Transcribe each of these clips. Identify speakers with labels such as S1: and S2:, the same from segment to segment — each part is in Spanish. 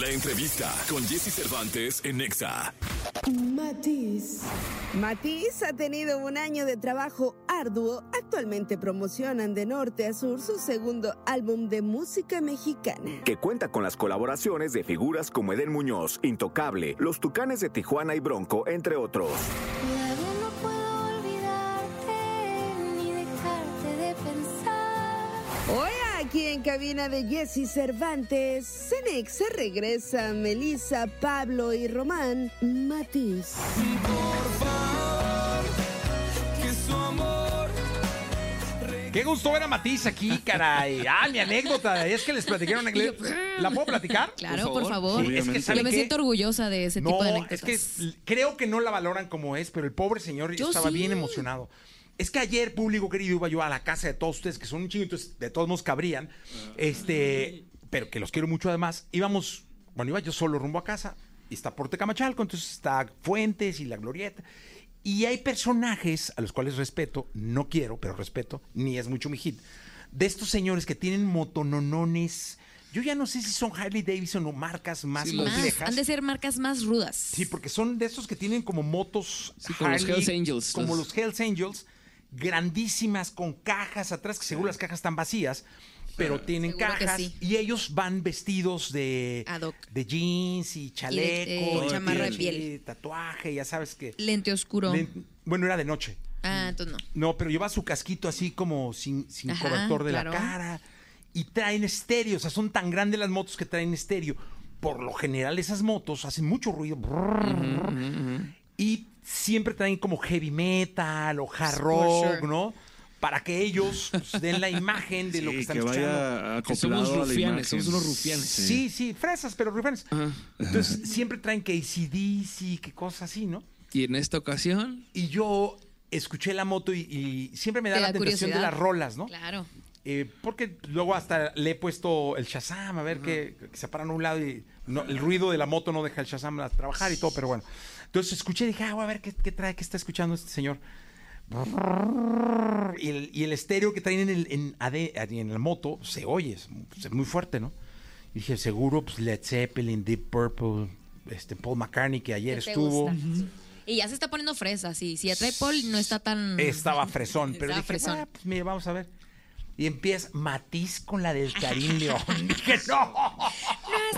S1: La entrevista con Jesse Cervantes en Nexa.
S2: Matiz. Matiz ha tenido un año de trabajo arduo. Actualmente promocionan de norte a sur su segundo álbum de música mexicana.
S3: que cuenta con las colaboraciones de figuras como Eden Muñoz, Intocable, Los Tucanes de Tijuana y Bronco, entre otros.
S4: Luego no puedo olvidarte ni dejarte de pensar.
S2: Hoy aquí en cabina de Jesse Cervantes, Cenex se regresa Melissa, Pablo y Román Matiz.
S5: Qué gusto ver a Matiz aquí, caray. Ah, mi anécdota. Es que les platicaron en inglés. ¿La puedo platicar?
S6: Claro, por favor.
S5: Sí, es que, ¿saben
S6: Yo me
S5: qué?
S6: siento orgullosa de ese tipo de
S5: No, es
S6: anécdotas.
S5: que l- creo que no la valoran como es, pero el pobre señor
S6: Yo
S5: estaba
S6: sí.
S5: bien emocionado. Es que ayer, público querido, iba yo a la casa de todos ustedes, que son un chingo, entonces de todos nos cabrían.
S7: Ah.
S5: Este, pero que los quiero mucho además. Íbamos, bueno, iba yo solo rumbo a casa. Y está Porte Camachalco, entonces está Fuentes y la Glorieta. Y hay personajes a los cuales respeto, no quiero, pero respeto, ni es mucho mi hit, de estos señores que tienen motononones. Yo ya no sé si son Harley Davidson o marcas más
S7: Sí, los-
S6: Más,
S5: complejas.
S6: Ah, han de ser marcas más rudas.
S5: Sí, porque son de esos que tienen como motos.
S7: Sí, como los Hells Angels,
S5: Como
S7: los-
S5: los Hells Angels, grandísimas, con cajas atrás, que seguro las cajas están vacías, pero tienen
S6: Seguro que
S5: cajas.
S6: sí.
S5: Y ellos van vestidos de,
S6: Ad hoc.
S5: de jeans y chaleco.
S6: eh, chamarra de
S5: sí,
S6: piel.
S5: Tatuaje, ya sabes que.
S6: Lente oscuro.
S5: le- bueno, era de noche.
S6: Ah, entonces no.
S5: No, pero lleva su casquito así como sin, sin
S6: Ajá,
S5: cobertor de
S6: claro.
S5: la cara. Y traen estéreo. O sea, son tan grandes las motos que traen estéreo. Por lo general, esas motos hacen mucho ruido. Y siempre traen como heavy metal o hard rock,
S6: sure.
S5: ¿no? Para que ellos pues, den la imagen de lo que
S8: Sí,
S5: están
S8: que
S5: escuchando.
S8: vaya
S7: Que
S8: acoplado
S7: somos
S8: a la
S7: rufianes,
S8: imagen.
S7: somos unos rufianes.
S5: Sí, sí, fresas, pero rifanes. Entonces, siempre traen que ACDC, que cosas así, ¿no?
S7: Y en esta ocasión,
S5: Y yo escuché la moto y, y siempre me da
S6: Te
S5: la
S6: da
S5: tentación de
S6: curiosidad.
S5: las rolas, ¿no?
S6: Claro.
S5: Eh, porque luego hasta le he puesto el Shazam, a ver que, que se paran a un lado y no- el ruido de la moto no deja el Shazam a trabajar y todo, pero bueno. Entonces escuché y dije, ah, voy a ver qué, qué trae, qué está escuchando este señor. Y el, y el estéreo que traen en, el, en, ade- en la moto se oye, es mu- es muy fuerte, ¿no? Y dije, seguro, pues Led Zeppelin, Deep Purple, este Paul McCartney, que ayer
S6: ¿Qué te
S5: estuvo.
S6: gusta? Y ya se está poniendo fresa, sí. Si atrae Paul, no está tan.
S5: Estaba fresón, pero
S6: Mm. Estaba
S5: dije,
S6: fresón.
S5: "Ah, pues mira, vamos a ver. Y empieza Matiz con la del Karim León. dije, no.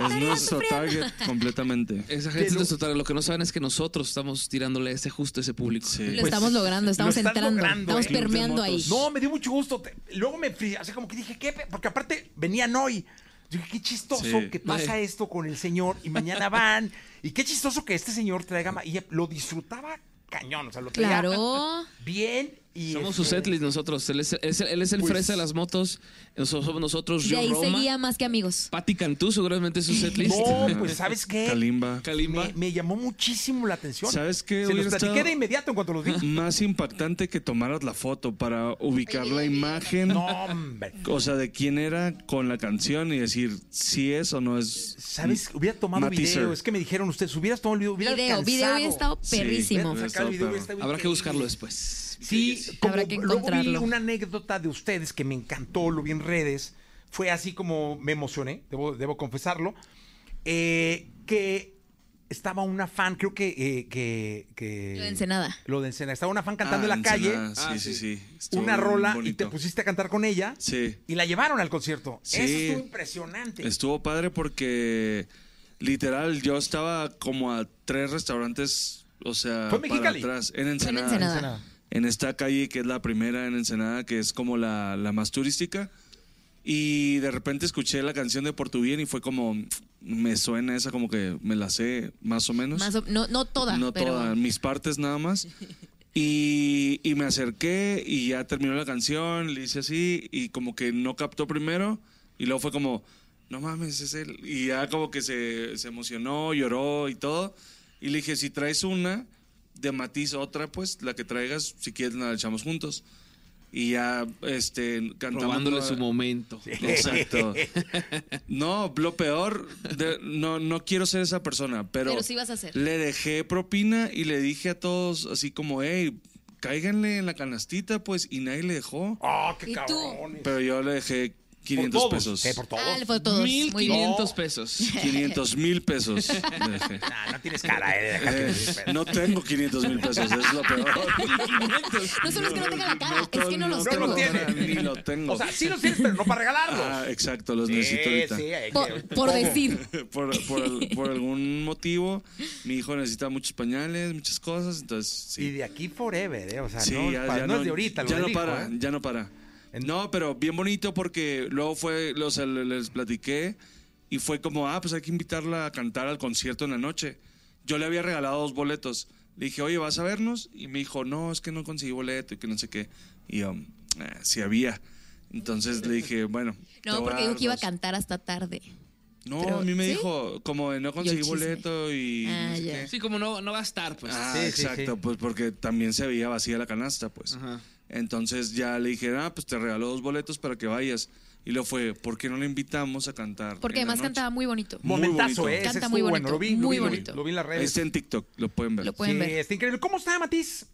S8: Es nuestro target completamente.
S7: esa
S5: Que
S7: gente
S5: lo-
S7: es nuestro target. Lo que no saben es que nosotros estamos tirándole ese justo a ese público.
S8: Sí.
S6: Lo
S5: Pues,
S6: estamos logrando, estamos
S5: Lo estás
S6: entrando,
S5: logrando,
S6: estamos
S5: ¿eh?
S6: permeando ahí.
S5: No, me dio mucho gusto. Te- Luego me fri- o sea, como que dije, ¿qué? pe-?" Porque aparte venían hoy. Yo Dije, qué chistoso
S8: Sí.
S5: que pasa
S7: Sí.
S5: esto con el señor y mañana van. y qué chistoso que este señor traiga. ma- Y lo disfrutaba cañón. O sea, lo traía
S6: Claro.
S5: bien y.
S7: Somos su
S5: este,
S7: setlist nosotros. Él es, él es- él es el
S5: Pues-
S7: fresa de las motos. Nosotros somos nosotros.
S6: De
S7: Yo
S6: ahí
S7: Roma.
S6: seguía más que amigos.
S7: Pati Cantú seguramente es su setlist.
S5: No, pues, ¿sabes qué?
S8: Kalimba.
S7: Kalimba.
S5: Me, me llamó muchísimo la atención.
S8: ¿Sabes
S5: Se
S8: qué?
S5: los
S8: Hubiera
S5: platiqué
S8: estado-
S5: de inmediato en cuanto los vi.
S8: Más impactante que tomaras la foto para ubicar la imagen.
S5: No, hombre.
S8: O sea, de quién era con la canción y decir si es o no es.
S5: ¿Sabes? Hubiera tomado
S8: Matizer.
S5: video. Es que me dijeron ustedes, hubieras tomado el video. Hubiera
S6: Video,
S5: alcanzado.
S6: video hubiera estado
S8: Sí.
S6: perrísimo.
S8: Hubiera
S5: Sacar el
S8: estado
S5: video,
S8: perro.
S5: está
S7: Habrá que
S5: increíble.
S7: buscarlo después.
S5: Sí, como
S6: Habrá que
S5: Luego vi
S6: encontrarlo.
S5: una anécdota de ustedes que me encantó, lo vi en redes. Fue así como me emocioné, debo, debo confesarlo. eh, que estaba una fan, creo que. eh, que, que-
S6: Lo de Ensenada.
S5: Lo de Ensenada. Estaba una fan cantando
S8: Ah,
S5: en la calle,
S8: Ensenada,
S7: Ah,
S8: Sí, sí, sí. Estuvo
S5: una
S8: bien
S5: rola, y
S8: bonito.
S5: te pusiste a cantar con ella.
S8: Sí.
S5: Y la llevaron al concierto.
S8: Sí.
S5: Eso estuvo impresionante.
S8: Estuvo padre porque literal yo estaba como a tres restaurantes, o sea,
S5: ¿Fue en
S8: para
S5: Mexicali?
S8: atrás, en Ensenada.
S6: Ensenada.
S8: En esta calle que es la primera en Ensenada, que es como la, la más turística. Y de repente escuché la canción de Por tu Bien y fue como, me suena esa como que me la sé más o menos.
S6: Más o- no, no toda,
S8: No
S6: pero.
S8: toda, mis partes nada más. Y, y me acerqué y ya terminó la canción, le hice así y como que no captó primero y luego fue como, no mames, es él. Y ya como que se, se emocionó, lloró y todo. Y le dije, si traes una, de matiz otra, pues la que traigas, si quieres, la echamos juntos. Y ya, este, cantamos.
S7: Robándole
S8: la-
S7: su momento.
S8: Exacto. No, lo peor, de- no, no quiero ser esa persona, pero,
S6: Pero sí vas a ser.
S8: le dejé propina y le dije a todos así como, hey, cáiganle en la canastita, pues, y nadie le dejó.
S5: ¡Oh, qué
S6: ¿Y tú?
S5: cabrón!
S8: Pero yo le dejé
S5: por
S8: 500
S5: todos,
S8: pesos.
S5: eh, por todos.
S6: Ah, por todos. Muy bien.
S7: 1500 pesos.
S8: 500 mil pesos.
S5: Nah, no tienes cara eh, de dejar que te
S8: Eh, no tengo 500 mil pesos, es lo peor.
S6: No solo es que no tenga la cara, es que no los
S5: no
S6: tengo.
S5: lo tiene.
S8: Ni lo tengo.
S5: O sea, sí los tienes, pero no para regalarlos.
S8: Ah, exacto, los
S5: Sí,
S8: necesito ahorita.
S5: sí, hay que-
S6: Por, por decir.
S8: Por, por al- por algún motivo, mi hijo necesita muchos pañales, muchas cosas, entonces
S5: Y
S8: sí.
S5: de aquí forever, ¿eh? O sea,
S8: Sí,
S5: no,
S8: ya-
S5: pa-
S8: ya
S5: no es de ahorita. lo
S8: ya no
S5: del hijo,
S8: para,
S5: ¿eh?
S8: ya no para.
S5: En-
S8: No, pero bien bonito porque luego fue, o sea, le- les platiqué y fue como, ah, pues hay que invitarla a cantar al concierto en la noche. Yo le había regalado dos boletos. Le dije, oye, ¿vas a vernos? Y me dijo, no, es que no conseguí boleto y que no sé qué. Y yo, "Ah, sí había. Entonces le dije, bueno. te
S6: No,
S8: voy a
S6: porque
S8: dar
S6: dijo que iba a
S8: dos".
S6: cantar hasta tarde.
S8: No,
S6: Pero,
S8: a mí me
S6: ¿sí?
S8: dijo, como de no conseguí
S6: chisme.
S8: boleto y. no
S6: Ah,
S8: sé
S6: ya.
S8: qué.
S7: Sí, como no, no va a estar, pues.
S8: Ah,
S5: Sí, sí,
S8: exacto,
S5: sí.
S8: pues porque también se veía vacía la canasta, pues.
S7: Ajá.
S8: Entonces ya le dije, ah, pues te regalo dos boletos para que vayas. Y lo fue, ¿por qué no le invitamos a cantar?
S6: Porque
S8: en la
S6: además
S8: noche?"
S6: cantaba muy bonito.
S8: Muy
S5: Momentazo,
S8: bonito.
S5: ¿eh? Ese
S6: Canta
S5: estuvo
S6: muy
S5: bueno, Lo vi,
S6: bonito,
S5: lo vi,
S6: muy
S5: lo vi,
S6: bonito.
S5: Lo vi en las
S8: Ahí
S5: redes.
S8: Está en TikTok, lo pueden ver.
S6: Lo pueden
S5: sí,
S6: ver.
S5: está increíble. ¿Cómo está Matiz?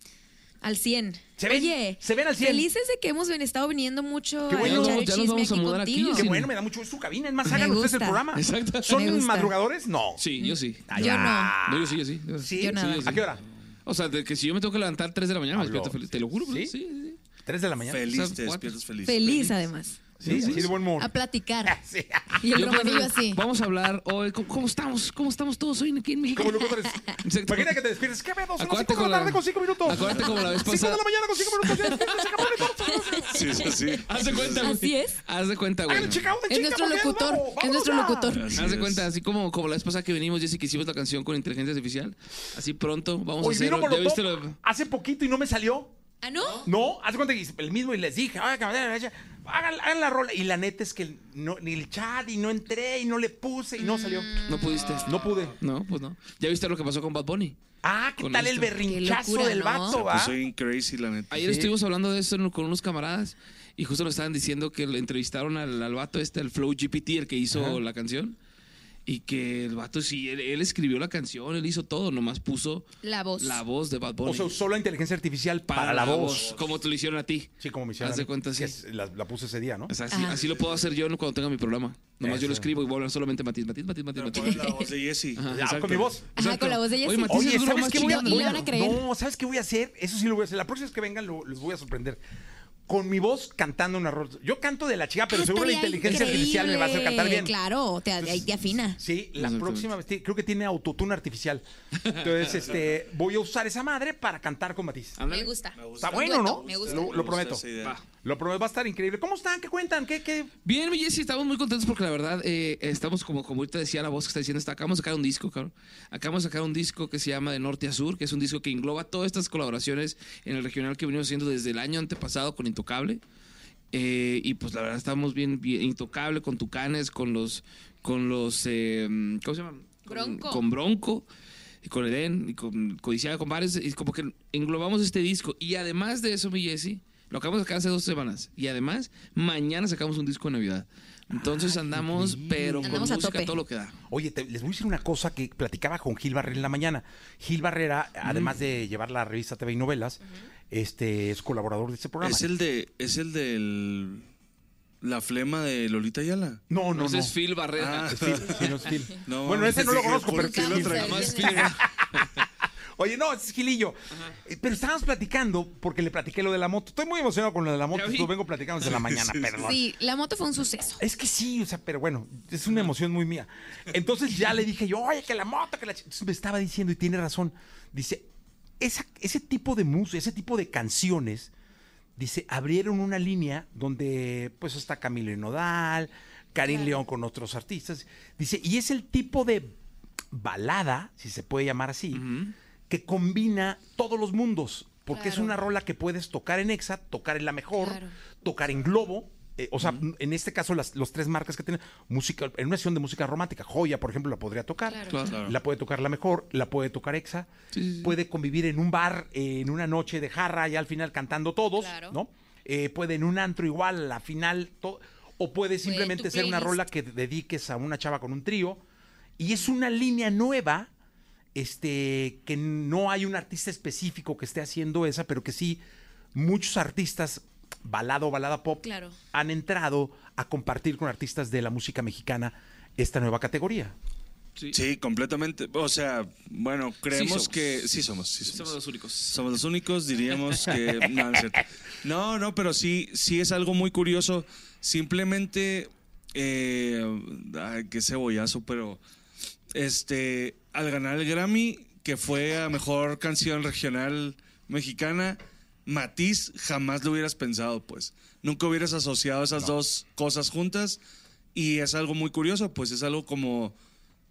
S6: Al 100.
S5: Se ven-
S6: Oye,
S5: se ven al 100.
S6: Felices de que hemos ven- estado viniendo mucho
S5: Qué bueno,
S6: a
S5: ya
S6: echar el
S7: nos
S6: chisme
S7: vamos a
S6: aquí
S7: mudar aquí,
S6: contigo.
S5: Qué
S7: Sí.
S5: bueno, me da mucho su cabina. Es más,
S6: Me
S5: hagan ustedes el
S6: gusta.
S5: programa.
S7: Exacto.
S6: Me
S5: ¿Son
S6: gusta.
S5: madrugadores? No.
S7: Sí, yo sí.
S5: Ah,
S6: Yo
S5: ya.
S6: no.
S7: No, yo sí, yo sí.
S5: ¿Sí?
S6: Yo nada.
S7: Sí, sí.
S5: ¿A qué hora?
S7: O sea, de que si yo me tengo que levantar 3 de la mañana, me
S5: Hablo.
S7: despierto feliz. Te lo juro, pues.
S5: ¿Sí?
S7: ¿Sí? Sí, sí.
S5: ¿Tres de la mañana?
S8: Feliz,
S7: O sea,
S8: te
S7: cuatro.
S8: despiertas feliz.
S6: Feliz además.
S5: Sí, sí, de buen humor.
S6: A platicar.
S5: Sí.
S6: Y el
S7: Yo creo que
S6: romanillo así.
S7: Vamos a hablar hoy. ¿Cómo, cómo estamos? ¿Cómo estamos todos hoy aquí en México?
S5: Como locutores.
S7: Exacto.
S5: Imagina que te despiertes. ¿Qué pedo? Son las
S7: Acuérdate
S5: cinco de la
S7: como
S5: tarde
S7: la-
S5: con cinco minutos.
S7: acuérdate como la vez
S5: Cinco
S7: pasada.
S5: de la mañana con cinco minutos. ya despiertas, cabrón, entonces,
S8: Sí, sí, sí.
S7: Haz de cuenta, güey.
S6: Así es.
S7: Haz de cuenta, güey.
S5: Hagan el checkout de
S6: Es
S5: chinga,
S6: nuestro
S5: porque
S6: locutor.
S5: nuevo.
S6: Es
S5: Vámonos
S6: nuestro
S5: ya.
S6: locutor.
S8: Así
S7: Haz de
S8: es.
S7: cuenta, así como, como la vez pasada que venimos, Jesse, que hicimos la canción con inteligencia artificial. Así pronto vamos
S5: Hoy
S7: a hacer.
S5: vino
S7: ¿Ya viste
S5: Molotov
S7: lo-
S5: hace poquito y no me salió.
S6: ¿Ah, no?
S5: No, hace cuenta que hice el mismo y les dije, "Oiga, camarada, ya, hagan, hagan la rola. Y la neta es que no, ni el chat y no entré y no le puse y no salió.
S7: No pudiste.
S5: No pude.
S7: No, pues no. ¿Ya viste lo que pasó con Bad Bunny?
S5: Ah, ¿qué
S7: Con
S5: tal el
S7: esto.
S5: berrinchazo
S6: Qué locura,
S5: del
S6: ¿no?
S5: vato, ah? va?
S8: Pues soy bien crazy, la neta.
S7: Ayer estuvimos hablando de eso en- con unos camaradas y justo nos estaban diciendo que le entrevistaron al, al vato este, el Flow GPT, el que hizo la canción. Y que el vato sí, él, él escribió la canción, él hizo todo, nomás puso
S6: La voz.
S7: la voz de Bad Bunny.
S5: O sea, usó la inteligencia artificial para, la, voz.
S7: Como te lo hicieron a ti.
S5: Sí, como me hicieron. a
S7: Haz de
S5: mí,
S7: cuenta, sí.
S5: que es- la, la puse ese día, ¿no?
S7: O sea, así,
S6: Ajá.
S7: así lo puedo hacer yo cuando tenga mi programa. Nomás yo
S5: Eso.
S7: lo escribo y voy a hablar solamente Matiz, Matiz, Matiz, Matiz,
S8: Pero
S7: Matiz.
S8: pones la voz de Jesse.
S7: Ajá,
S5: Ah,
S7: exacto.
S5: con mi voz.
S6: Ajá,
S7: Exacto.
S6: con la voz de
S7: Oye,
S6: Jessy.
S7: Matiz
S5: Oye,
S7: es
S5: ¿sabes
S7: más
S5: qué voy a
S7: chingón.
S6: Y le van
S5: voy
S6: a creer.
S5: No, ¿sabes qué voy a hacer? Eso sí lo voy a hacer. La próxima vez que vengan lo- los voy a sorprender. Con mi voz cantando una rola. Yo canto de la chica, pero
S6: Ah,
S5: seguro la
S6: estaría
S5: inteligencia artificial me va a hacer cantar bien.
S6: increíble. Claro, te, ahí te afina.
S5: Sí, la
S7: Exactamente.
S5: próxima vez. Creo que tiene autotune artificial. Entonces, este, voy a usar esa madre para cantar con Matiz.
S6: Me gusta.
S5: Está bueno, ¿no?
S6: Me gusta.
S5: Lo, lo prometo.
S8: esa idea.
S7: Va.
S5: Lo prometo. Va a estar increíble. ¿Cómo están? ¿Qué cuentan? ¿Qué, qué?
S7: Bien, mi Jessy, estamos muy contentos porque la verdad eh, estamos, como, como ahorita decía la voz que está diciendo, está, acabamos de sacar un disco, cabrón. Acabamos de sacar un disco que se llama De Norte a Sur, que es un disco que engloba todas estas colaboraciones en el regional que venimos haciendo desde el año antepasado con Intocable. Eh, y pues la verdad estamos bien, bien Intocable con Tucanes, con los, con los, eh, ¿cómo se llaman? Con-
S6: Bronco.
S7: Con Bronco. Y con Edén, y con Codiciada, con varios, y como que englobamos este disco. Y además de eso, mi Jessy, lo acabamos de sacar hace dos semanas. Y además, mañana sacamos un disco de Navidad. Entonces
S8: Ah,
S7: andamos, pero con
S6: Andamos a
S7: música
S6: tope.
S7: todo lo que da.
S5: Oye, te- les voy a decir una cosa que platicaba con Gil Barrera en la mañana. Gil Barrera, además de llevar la revista TV y novelas, este, es colaborador de este programa.
S8: Es el de. Es el del. La flema de Lolita Ayala.
S5: No, no, no.
S7: Entonces, Phil Barrera.
S8: Ah.
S5: Es Phil, sí, no es Phil.
S8: No,
S5: bueno, ese no lo conozco, pero
S8: ¿por qué
S5: sí
S8: lo
S5: es Gil.
S8: traes?
S7: Nomás
S6: Phil.
S7: Phil.
S5: Oye, no, ese es Gilillo. Eh, Pero estábamos platicando porque le platiqué lo de la moto. Estoy muy emocionado con lo de la moto.
S7: Ya vi.
S5: Lo vengo platicando desde la mañana, perdón.
S6: Sí, la moto fue un suceso.
S5: Es que sí, o sea, pero bueno, es una emoción muy mía. Entonces ya le dije yo, oye, que la moto, que la... ch-". Entonces me estaba diciendo, y tiene razón, dice, esa- ese tipo de música, ese tipo de canciones, dice, abrieron una línea donde pues está Camilo Nodal, Karim León con otros artistas, dice, y es el tipo de balada, si se puede llamar así, que combina todos los mundos, porque es
S6: Claro.
S5: una rola que puedes tocar en Exa, tocar en La Mejor,
S6: Claro.
S5: tocar en Globo. eh, o sea, en este caso, las los tres marcas que tienen, música, en una sesión de música romántica, Joya, por ejemplo, la podría tocar.
S6: Claro.
S7: Claro.
S5: La puede tocar la mejor, la puede tocar Exa,
S7: Sí, sí, sí.
S5: puede convivir en un bar, eh, en una noche de jarra, ya al final cantando todos,
S6: Claro.
S5: ¿no? Eh, puede en un antro igual, a la final, to- o puede simplemente
S6: tu
S5: ser una
S6: playlist.
S5: rola que dediques a una chava con un trío. Y es una línea nueva, este, que no hay un artista específico que esté haciendo esa, pero que sí muchos artistas balada o balada pop
S6: Claro.
S5: han entrado a compartir con artistas de la música mexicana esta nueva categoría.
S7: Sí.
S8: Sí, completamente. O sea, bueno, creemos
S7: somos.
S8: que sí somos, sí somos.
S7: Somos los únicos.
S8: Somos los únicos, diríamos que. No, no, es cierto. no, no, pero sí, sí es algo muy curioso. Simplemente. eh, ay, qué cebollazo, pero. Este. Al ganar el Grammy, que fue a mejor canción regional mexicana, Matiz jamás lo hubieras pensado, pues. Nunca hubieras asociado esas dos cosas juntas. Y es algo muy curioso, pues es algo como.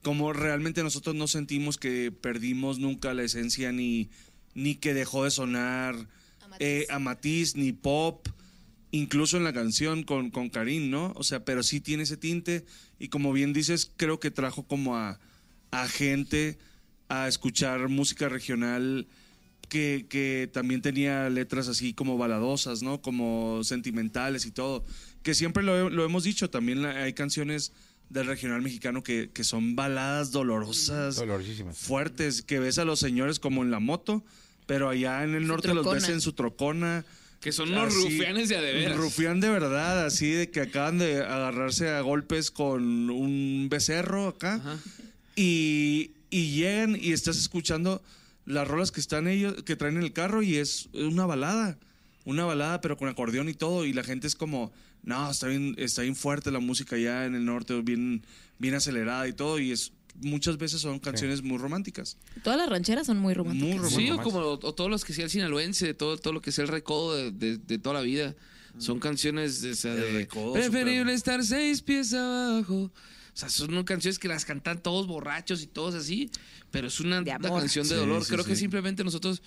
S8: Como realmente nosotros no sentimos que perdimos nunca la esencia ni, ni que dejó de sonar
S6: A Matiz.
S8: eh, a Matiz, ni pop, incluso en la canción con, con Karim, ¿no? O sea, pero sí tiene ese tinte y como bien dices, creo que trajo como a, a gente a escuchar música regional que, que también tenía letras así como baladosas, ¿no? Como sentimentales y todo. Que siempre lo, he- lo hemos dicho, también la- hay canciones del regional mexicano que, que son baladas dolorosas,
S5: Dolorosísimas.
S8: fuertes, que ves a los señores como en la moto, pero allá en el norte los ves
S6: trocona.
S8: en su trocona.
S7: Que son unos rufianes de a de veras.
S8: Rufián de verdad, así de que acaban de agarrarse a golpes con un becerro acá. Y, y llegan y estás escuchando las rolas que están ellos, que traen en el carro y es una balada. Una balada, pero con acordeón y todo. Y la gente es como, no, está bien, está bien fuerte la música allá en el norte, bien, bien acelerada y todo. Y es muchas veces son canciones muy románticas.
S6: Todas las rancheras son muy románticas.
S8: Muy románticas.
S7: Sí, o como o todos los que sea el sinaloense, todo, todo lo que sea el recodo de, de- de toda la vida. Son canciones de, esa
S8: Mm. El
S7: de
S8: recodo,
S7: preferible
S8: súper.
S7: estar seis pies abajo. O sea, son unas canciones que las cantan todos borrachos y todos así, pero es una,
S2: De
S7: una
S2: amor.
S7: canción de
S8: Sí,
S7: dolor.
S8: sí,
S7: Creo que
S8: sí.
S7: simplemente nosotros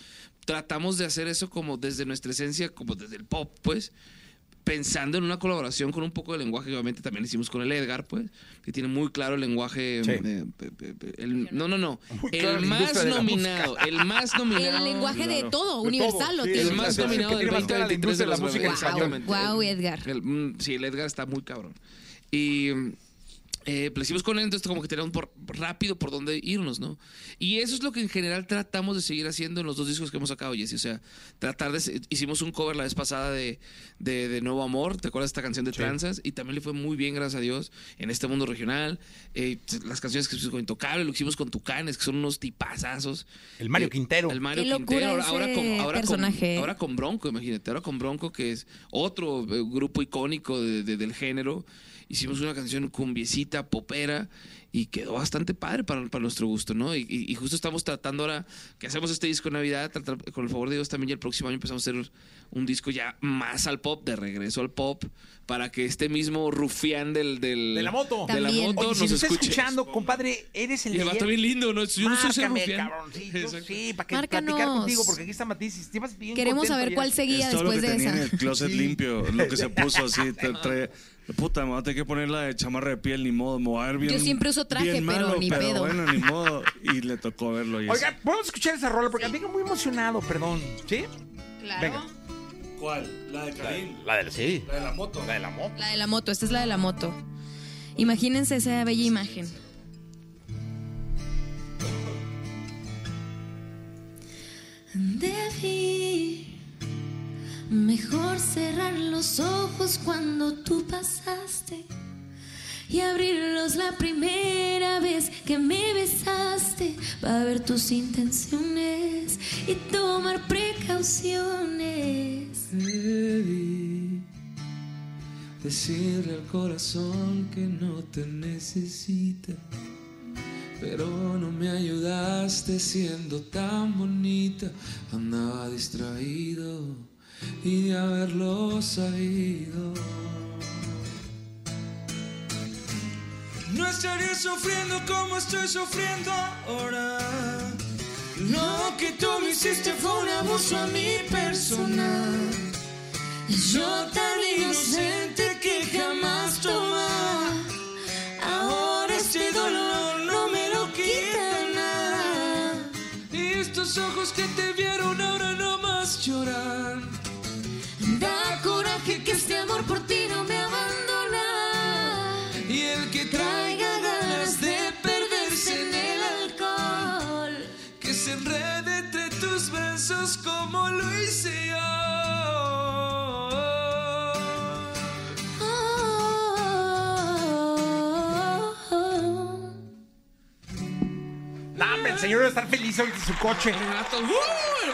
S7: tratamos de hacer eso como desde nuestra esencia, como desde el pop, pues, pensando en una colaboración con un poco de lenguaje, que obviamente también hicimos con el Edgar, pues, que tiene muy claro el lenguaje.
S5: Sí.
S7: eh, pe- pe- pe- el- no, no, no.
S5: Muy
S7: el,
S5: claro, la industria
S7: más
S5: de la
S7: nominado, el más nominado.
S6: El lenguaje de todo,
S5: De
S6: universal.
S5: todo,
S6: lo
S5: sí,
S6: tiene.
S7: El más
S5: Exacto.
S7: dominado
S5: Que
S7: del
S5: tiene más toda la
S7: 2023 de
S5: industria de la
S7: los
S5: música en
S7: bebés.
S5: español.
S7: Exactamente.
S6: Guau, guau, Edgar.
S7: El- mm, sí, el Edgar está muy cabrón. Y mm, eh, pues hicimos con él, entonces como que teníamos por, rápido por dónde irnos, ¿no? Y eso es lo que en general tratamos de seguir haciendo en los dos discos que hemos sacado, Jesse. O sea, tratar de... se- Hicimos un cover la vez pasada de, de, de Nuevo Amor, ¿te acuerdas de esta canción de Tranzas? Y también le fue muy bien, gracias a Dios, en este mundo regional. Eh, las canciones que hicimos con Intocable, lo que hicimos con Tucanes, que son unos tipazazos.
S5: El Mario
S7: Eh,
S5: Quintero.
S7: El Mario
S6: Qué locura
S7: Quintero. Ahora,
S6: ese
S7: ahora con, ahora,
S6: personaje.
S7: Con, ahora con Bronco, imagínate. Ahora con Bronco, que es otro eh, grupo icónico de- de- del género. Hicimos una canción cumbiecita, popera, y quedó bastante padre para, para nuestro gusto, ¿no? Y, y- y justo estamos tratando ahora que hacemos este disco de Navidad, tratar- con el favor de Dios también ya el próximo año empezamos a hacer un disco ya más al pop, de regreso al pop, para que este mismo rufián del... del
S5: De la moto.
S7: De la
S6: También.
S7: moto
S5: Oye, si
S7: nos
S5: nos está
S7: escuche.
S5: escuchando, compadre, eres el
S7: Y el vato
S5: leyenda.
S7: bien lindo, ¿no? Pues Yo no soy ese
S5: Márcame,
S7: rufián.
S5: cabroncito,
S7: Exacto.
S5: sí, para que
S6: Márcanos.
S5: platicar contigo, porque aquí está Matiz. y te vas bien
S6: Queremos
S5: contento
S6: saber
S5: ya.
S6: cuál seguía
S8: Es todo
S6: después
S8: lo que
S6: de
S8: tenía
S6: esa.
S8: en el closet limpio, lo que se puso así. te trae- puta, me voy a tener que poner la de chamarra de piel, ni modo, me voy a ver bien.
S6: Yo siempre uso traje,
S8: bien
S6: pero
S8: malo,
S6: ni pedo.
S8: bueno, ni modo. Y le tocó verlo. Y
S5: Oiga, podemos escuchar esa rola porque vengo muy emocionado, perdón. ¿Sí?
S6: Claro.
S5: Venga.
S8: ¿Cuál? La de Karim.
S5: La del sí.
S8: La de la moto.
S5: de la moto.
S6: La de la moto, esta es la de la moto. Imagínense esa bella imagen.
S4: Debí mejor cerrar los ojos cuando tú pasaste y abrirlos la primera vez que me besaste para ver tus intenciones y tomar precauciones.
S7: Debí decirle al corazón que no te necesita, pero no me ayudaste siendo tan bonita. Andaba distraído y de haberlo sabido.
S8: No estaría sufriendo como estoy sufriendo ahora. Lo que tú me hiciste fue un abuso a mi persona.
S4: Yo tan inocente que jamás toma. Ahora este dolor no me lo quita nada.
S7: Y estos ojos que te vieron ahora no más lloran.
S4: Da coraje que este amor por ti no me abandona.
S7: Y el que traiga
S4: Traiga
S7: ganas de
S4: perderse en el alcohol.
S7: Que se enrede entre tus brazos como lo hice yo.
S4: Oh,
S5: No, hombre, el señor debe estar feliz ahorita en su coche.
S7: Renato, ¡uh!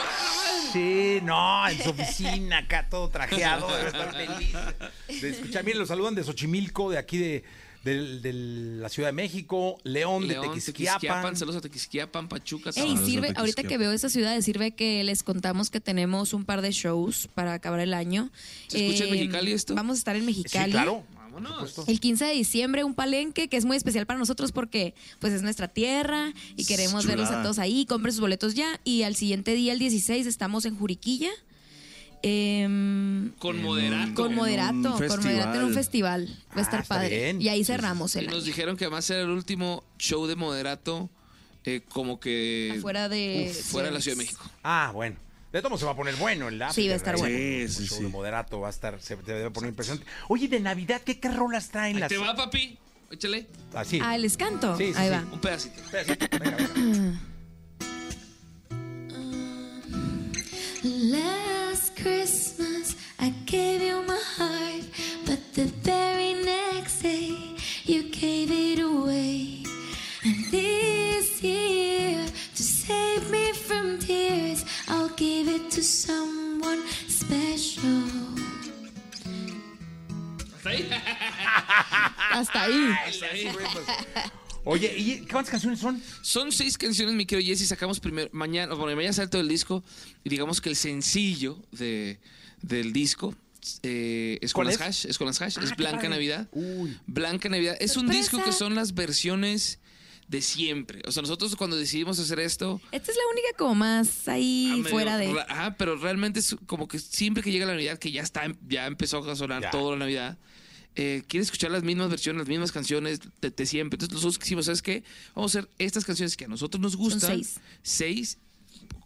S5: Sí, no, en su oficina, acá todo trajeado, debe estar feliz. De escuchar, miren, lo saludan de Xochimilco, de aquí de, del- del- la Ciudad de México, León, de
S7: León,
S5: Tequisquiapan.
S7: Tequisquiapan, saludos a Tequisquiapan, Pachuca.
S6: Ey,
S7: Tabasco.
S6: sirve, ahorita que veo esas ciudades, sirve que les contamos que tenemos un par de shows para acabar el año. Em,
S7: ¿Se escucha en Mexicali esto?
S6: Vamos a estar en
S5: Sí,
S6: Mexicali.
S5: claro.
S6: El 15 de diciembre, un palenque que es muy especial para nosotros porque pues es nuestra tierra y queremos
S8: Chulada.
S6: verlos a todos ahí. Compren sus boletos ya. Y al siguiente día, el 16, estamos en Juriquilla. em,
S7: Con moderato.
S6: con moderato, con
S8: festival.
S6: moderato en un festival. Va
S5: Ah,
S6: a estar
S5: está
S6: padre.
S5: bien.
S6: Y ahí cerramos
S7: Y
S6: el
S7: nos
S6: año.
S7: dijeron que va a ser el último show de moderato eh, como que...
S6: Afuera de-
S7: Uf, fuera de la Ciudad de México.
S5: Ah, bueno. De todo modo se va a poner bueno el lápiz.
S6: Sí, va a estar
S5: ¿verdad?
S8: bueno.
S5: El
S8: Sí, sí,
S5: show
S8: sí.
S5: de moderato va a estar, se te debe poner impresionante. Oye, de Navidad, ¿qué, qué rolas traen
S7: Ahí
S5: las?
S7: te va, papi. Échale
S5: Así.
S6: Ah, les canto.
S5: Sí, sí,
S6: ahí
S5: sí.
S6: va.
S7: un pedacito.
S5: Venga, venga.
S4: Last Christmas, I gave you my heart, but the very next day, you gave it away. And this year, to save me from tears, I'll give it to someone special.
S6: Hasta ahí.
S5: pues. Oye, ¿y cuántas canciones son?
S7: Son seis canciones, mi querido Jesse. Sacamos primero, mañana, bueno, mañana sale todo el disco. Y digamos que el sencillo de, del disco eh, es con
S5: ¿Cuál
S7: las
S5: es? Ah,
S7: hash. Es con las hash.
S5: qué
S7: es Blanca
S5: padre.
S7: Navidad.
S5: Uy.
S7: Blanca Navidad. Es un
S6: Sorpresa.
S7: disco que son las versiones de siempre. O sea, nosotros cuando decidimos hacer esto.
S6: Esta es la única como más
S7: ah,
S6: ahí
S7: medio
S6: fuera de...
S7: ra- Ah, pero realmente es como que siempre que llega la Navidad, que ya está, ya empezó a sonar
S5: Ya.
S7: todo la Navidad. eh, quieres escuchar las mismas versiones, las mismas canciones de, de siempre. Entonces nosotros quisimos, ¿sabes qué? Vamos a hacer estas canciones que a nosotros nos gustan.
S6: seis.
S7: Seis,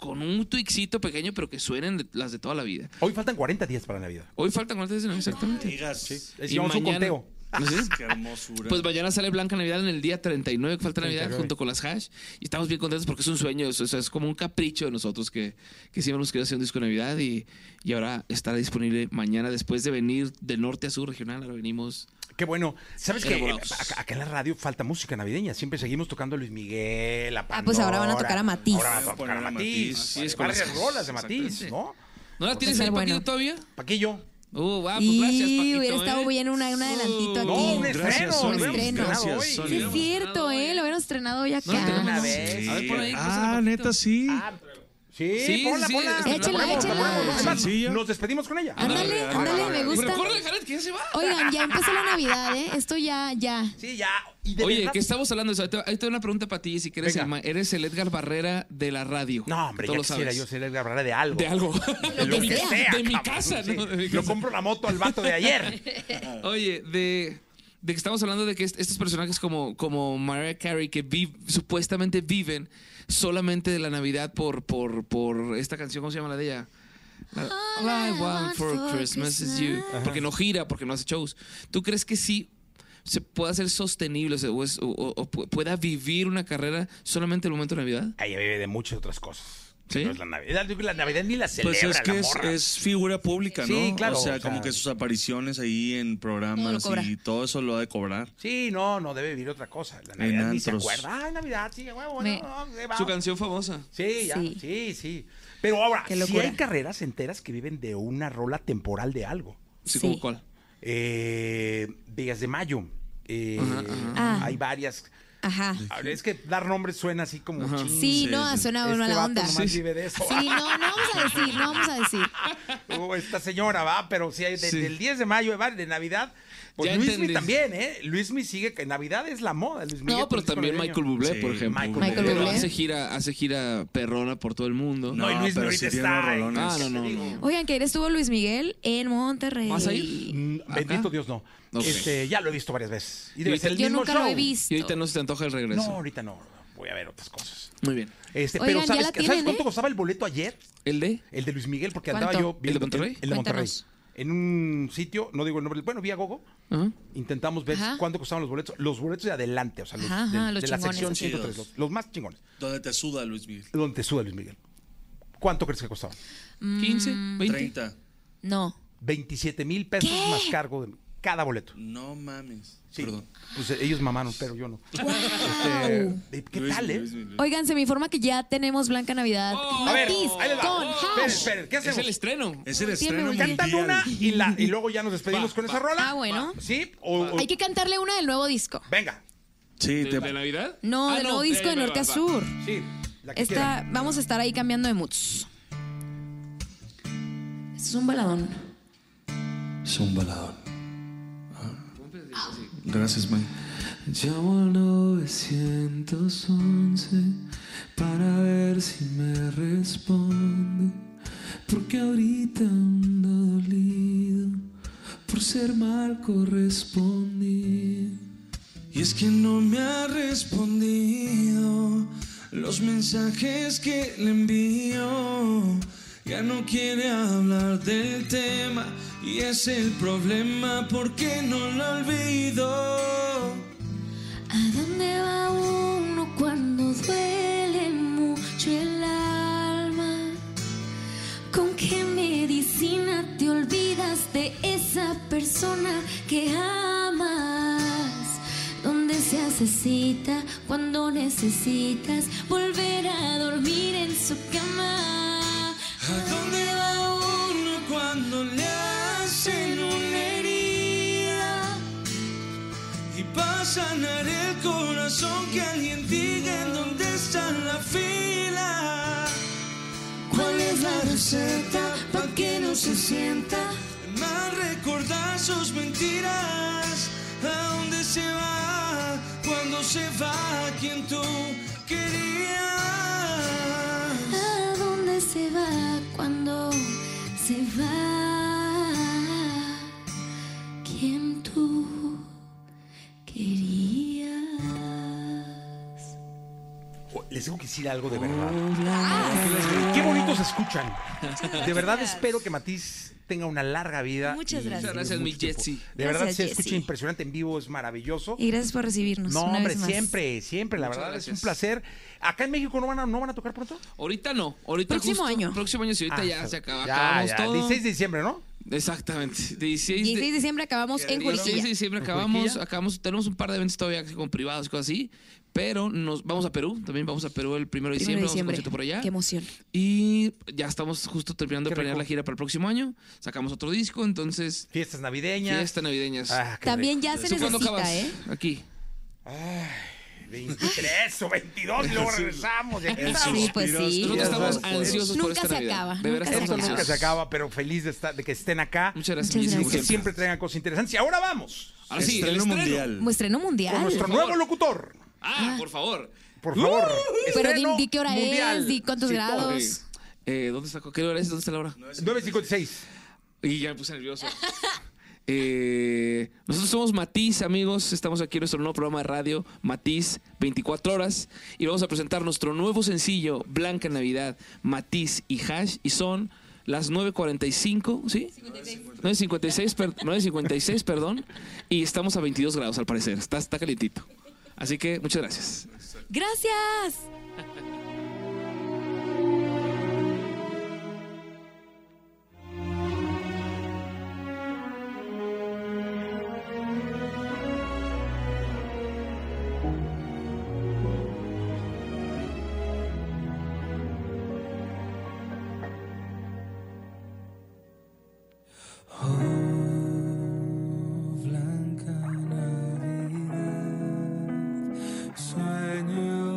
S7: con un tuixito pequeño, pero que suenen de- las de toda la vida.
S5: Hoy faltan 40 días para Navidad. Eh,
S7: Hoy faltan cuántas de exactamente.
S8: Digas,
S5: Es- Llevamos un
S7: mañana-
S5: conteo.
S7: ¿No sé?
S8: Qué hermosura.
S7: Pues mañana sale Blanca Navidad en el día 39, que falta Navidad, junto con las hash. Y estamos bien contentos porque es un sueño, es, es- es como un capricho de nosotros que, que siempre hemos querido hacer un disco de Navidad y, y ahora estará disponible mañana después de venir del norte a sur regional. Ahora venimos.
S5: Qué bueno. ¿Sabes qué? Eh,
S7: Elaborados.
S5: Acá, acá en la radio falta música navideña. Siempre seguimos tocando a Luis Miguel, a
S6: Ah, pues ahora van a
S5: Pandora.
S6: tocar a Matiz.
S5: Ahora van a tocar a
S8: Poner a
S5: Matiz.
S8: Matiz.
S7: Así es, con
S5: varias
S7: las-
S5: rolas de Matiz,
S7: exactamente.
S5: ¿no?
S7: ¿No la tienes
S6: Está
S7: ahí, Paquito,
S6: bueno.
S7: todavía?
S5: Paquillo.
S7: Uh, va, pues
S6: Y
S7: gracias, Paquito.
S6: hubiera
S7: ¿eh?
S6: estado bien una- un adelantito
S7: Uh,
S6: aquí.
S5: No, un
S8: gracias,
S5: estreno.
S8: Sony.
S5: lo hubiéramos
S6: Estreno.
S5: estrenado
S8: Gracias,
S5: hoy.
S8: Sony.
S6: Sí, es cierto, ¿eh? Lo hubieran estrenado ya
S7: No,
S6: acá.
S7: tenemos-
S5: vez.
S7: A ver, por ahí. pásale,
S8: Ah,
S7: Paquito.
S8: neta, sí.
S5: Sí,
S7: Sí,
S5: ponla,
S7: sí,
S5: ponla.
S7: sí,
S5: La
S6: Échala,
S5: ponemos, la
S6: échala.
S5: ponemos. Es más,
S8: Sencillo.
S5: Nos despedimos con ella.
S6: Ándale,
S8: Ándale,
S6: ándale,
S8: ándale.
S6: me
S7: Pero
S6: gusta.
S7: corre, Jared, que ya se va.
S6: Oigan, ya empezó la Navidad, ¿eh? Esto ya, ya.
S5: Sí, ya. Y de
S7: Oye,
S5: verdad-
S7: ¿qué estamos hablando de eso? Ahí te- Ahí te doy una pregunta para ti, si quieres,
S5: Venga.
S7: Emma. Eres el Edgar Barrera de la radio.
S5: No, hombre,
S7: Tú
S5: ya
S7: lo
S5: quisiera
S7: sabes.
S5: yo ser el Gabriela de algo.
S7: De algo.
S5: De lo
S6: que
S5: que
S6: sea.
S5: sea.
S7: De mi
S5: cabrón,
S7: casa,
S5: sí.
S7: ¿no? De mi
S5: Lo
S7: casa.
S5: compro la moto al vato de ayer.
S7: Oye, de, de que estamos hablando de que est- estos personajes como, como Mariah Carey, que vi- supuestamente viven solamente de la Navidad por, por, por esta canción, ¿cómo se llama la de ella? La- All I want for Christmas is you. Porque no gira, porque no hace shows. ¿Tú crees que sí se pueda ser sostenible o, sea, o es- o- o- o pu- pueda vivir una carrera solamente en el momento de Navidad?
S5: Ella vive de muchas otras cosas.
S7: ¿Sí?
S5: No es la Navidad. Yo creo que La Navidad ni la celebra
S8: Pues es que
S5: la
S8: es,
S5: morra.
S8: es figura pública, ¿no?
S5: Sí, claro,
S8: O sea,
S5: o sea-
S8: como que sus apariciones ahí en
S6: Todo lo
S8: programas
S6: cobra.
S8: y todo eso lo ha de cobrar.
S5: Sí, no, no debe vivir otra cosa. La Navidad ni se
S8: antros.
S5: acuerda. Ay, Navidad, sí, huevo,
S6: Me-
S5: no, no, se va.
S7: Su canción famosa.
S5: Sí, ya, sí,
S6: Sí.
S5: sí. Pero ahora,
S6: Qué
S5: si
S6: locura.
S5: hay carreras enteras que viven de una rola temporal de algo.
S7: Sí,
S6: Sí.
S7: como cuál.
S5: Eh, Vegas de Mayo. eh,
S6: ajá.
S5: Hay varias.
S6: Ajá.
S5: Ahora, Es que dar nombres suena así como ching,
S6: Sí, no, suena
S5: este
S6: una mala
S5: vato
S6: onda.
S5: nomás
S6: Sí,
S5: vive de eso.
S6: no, no vamos a decir, no vamos a decir.
S5: O esta señora, va, pero sí, hay de-
S7: Sí.
S5: del 10 de mayo, va, de Navidad. Pues
S7: Ya
S5: Luismi
S7: entendí.
S5: también, ¿eh? Luismi sigue, que Navidad es la moda. Luis Miguel
S7: No, pero
S5: con disco
S7: también
S5: navideño.
S7: Michael Bublé,
S8: Sí,
S7: por ejemplo.
S5: Michael
S6: Michael
S7: Pero
S6: Bublé.
S7: hace gira, hace gira perrona por todo el mundo.
S5: No, y Luis
S8: pero
S5: Miguel
S8: sí tiene
S5: está.
S8: unos rolones.
S7: Ah, no, no, no.
S6: Oigan, que ayer estuvo Luis Miguel en Monterrey.
S7: ¿Vas a ir?
S5: Mm,
S7: ¿Acá?
S5: Bendito Dios, no.
S7: Ok.
S5: Este, ya lo he visto varias veces. Y debe ser el
S6: Yo
S5: mismo
S6: nunca
S5: show.
S6: lo he visto.
S7: Y ahorita no se te antoja el regreso.
S5: No, ahorita no. Voy a ver otras cosas.
S7: Muy bien.
S5: Este,
S6: Oigan,
S5: pero
S6: ya
S5: ¿sabes,
S6: la
S5: qué- ¿sabes
S6: tienen,
S5: cuánto
S6: ¿eh?
S5: costaba el boleto ayer?
S7: ¿El de?
S5: El de Luis Miguel, porque andaba
S6: ¿Cuánto?
S5: yo viendo.
S7: Monterrey?
S5: El de Monterrey.
S6: Cuéntanos.
S5: En un sitio, no digo el nombre, bueno, vía Gogo.
S6: ¿Ah?
S7: Ajá.
S5: Intentamos ver
S6: Ajá.
S5: cuánto costaban los boletos. Los boletos de adelante, o sea, los,
S6: Ajá, ajá,
S5: de,
S6: los
S5: de la
S6: chingones,
S5: sección
S6: así.
S5: 103, los, los más chingones.
S8: Donde te suda, Luis Miguel.
S5: Donde te suda Luis Miguel. ¿Cuánto crees que costaba?
S7: 15, 20.
S8: 30.
S6: No.
S5: 27 mil pesos más cargo de. cada boleto.
S8: No mames.
S5: Sí.
S8: Perdón.
S5: Pues eh, ellos mamaron, pero yo no.
S6: ¡Guau!
S5: Eh, ¿Qué
S8: Luis,
S5: tal, eh?
S8: Luis, Luis, Luis.
S6: Oigan, se me informa que ya tenemos Blanca Navidad.
S7: Oh,
S5: A ver,
S6: Matiz
S5: ahí les va.
S6: con
S5: Esperen,
S6: House.
S5: esperen, ¿qué
S7: Es el
S5: hacemos?
S7: estreno.
S8: Es el
S6: Tiene
S8: estreno
S6: un-
S8: mundial.
S5: Cantan una y, la, y luego ya nos despedimos
S7: Va,
S5: con esa
S7: va.
S5: rola.
S6: Ah, bueno.
S5: ¿Sí? O, o-
S6: Hay que cantarle una del nuevo disco.
S5: Venga.
S8: Sí,
S7: ¿De,
S8: te-
S7: de Navidad?
S6: No,
S7: Ah,
S6: del nuevo
S7: eh,
S6: disco de
S7: va,
S6: norte a
S7: va, va.
S6: sur.
S5: Sí. La que
S6: Esta,
S5: quieran.
S6: vamos a estar ahí cambiando de moods. Este es un baladón.
S8: Es un baladón.
S7: Ah.
S8: Gracias, Mike.
S7: Llamo al 911 para ver si me responde. Porque ahorita ando dolido por ser mal correspondido.
S8: Y es que no me ha respondido los mensajes que le envío. Ya no quiere hablar del tema y es el problema porque no lo olvido.
S4: ¿A dónde va uno cuando duele mucho el alma? ¿Con qué medicina te olvidas de esa persona que amas? ¿Dónde se hace cita cuando necesitas volver a dormir en su cama?
S8: ¿A dónde va uno cuando le hacen una herida? Y pasa sanar el corazón que alguien diga en dónde está la fila.
S4: ¿Cuál es la receta para que no se sienta?
S8: Más recordar sus mentiras. ¿A dónde se va cuando se va quien tú querías?
S4: ¿A dónde se va cuando se va? ¿Quién tú querías?
S5: Oh, Les tengo que decir algo de verdad. Qué bonitos se escuchan. De verdad espero que Matiz tenga una larga vida.
S6: Muchas
S5: y-
S6: gracias.
S7: Muchas gracias,
S5: mucho
S7: mi
S5: tiempo.
S7: Jetsi.
S5: De verdad
S6: Gracias,
S5: se escucha
S6: Jetsi.
S5: impresionante en vivo, es maravilloso.
S6: Y gracias por recibirnos.
S5: No,
S6: una
S5: hombre,
S6: vez más.
S5: siempre, siempre, la
S7: Muchas
S5: verdad es
S7: gracias.
S5: un placer. Acá en México no van a, no van a tocar pronto.
S7: Ahorita no. Ahorita
S6: Próximo
S7: justo-
S6: año.
S7: Próximo año, sí, ahorita
S5: Ah,
S7: ya
S5: sabe.
S7: se acaba.
S5: Ya,
S7: acabamos
S5: ya,
S7: todo.
S5: 16 de diciembre, ¿no?
S7: Exactamente. 16
S6: 16 de
S7: de,
S6: diciembre acabamos en
S7: 16 de
S6: Juriquilla.
S7: diciembre
S5: ¿En
S7: acabamos,
S5: Juriquilla?
S7: acabamos. Tenemos un par de eventos todavía con privados y cosas así. Pero nos vamos a Perú. También vamos a Perú el primero de
S6: Primero
S7: diciembre.
S6: de
S7: Vamos a un
S6: diciembre.
S7: concierto por allá.
S6: Qué emoción.
S7: Y ya estamos justo terminando de
S5: Qué
S7: planear
S5: rico.
S7: la gira para el próximo año. Sacamos otro disco, entonces
S5: Fiestas navideñas.
S7: fiestas navideñas.
S5: Ah, qué
S6: También
S5: rico.
S6: ya se
S7: ¿Tú cuándo acabas?
S6: necesita, ¿eh?
S7: Aquí.
S5: 23 o 22 y luego regresamos. y aquí estamos.
S6: Sí, pues sí.
S7: Nosotros
S5: Ya
S7: estamos
S5: sabes,
S7: ansiosos por
S6: Nunca
S7: esta
S6: se
S7: Navidad.
S6: acaba,
S7: De veras
S6: nunca se
S7: estamos
S5: Esto nunca
S7: ansiosos.
S5: se acaba, pero feliz de, estar- de que estén acá.
S7: Muchas gracias.
S6: Muchas
S7: Michi, como
S5: Y que
S6: gracias.
S5: siempre traigan cosas interesantes. Y ahora vamos
S7: Ahora Ah, sí, el estreno.
S6: Estreno mundial.
S5: con nuestro
S7: favor.
S5: nuevo locutor.
S7: Ah, por favor.
S5: Por favor.
S6: Pero di,
S5: estreno
S6: di qué hora
S5: mundial.
S6: es, di cuántos
S5: Sí, todo.
S6: grados.
S7: Eh, ¿Dónde está? ¿Qué hora es? ¿Dónde está la hora?
S5: 9.56.
S7: Y ya me puse nervioso. Eh, nosotros somos Matiz, amigos. Estamos aquí en nuestro nuevo programa de radio, Matiz 24 horas. Y vamos a presentar nuestro nuevo sencillo, Blanca Navidad, Matiz y Hash. Y son las 9.45, ¿sí? 9.56, per- 9.56, perdón. Y estamos a 22 grados, al parecer. Está, está calientito. Así que muchas gracias.
S6: Gracias.
S9: Blanca Navidad, sueño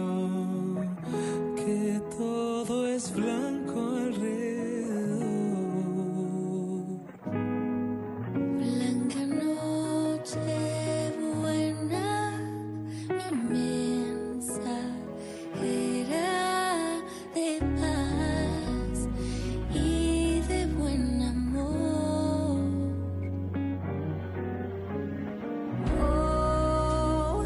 S4: Oh,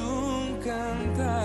S4: Oh,
S8: un cantar.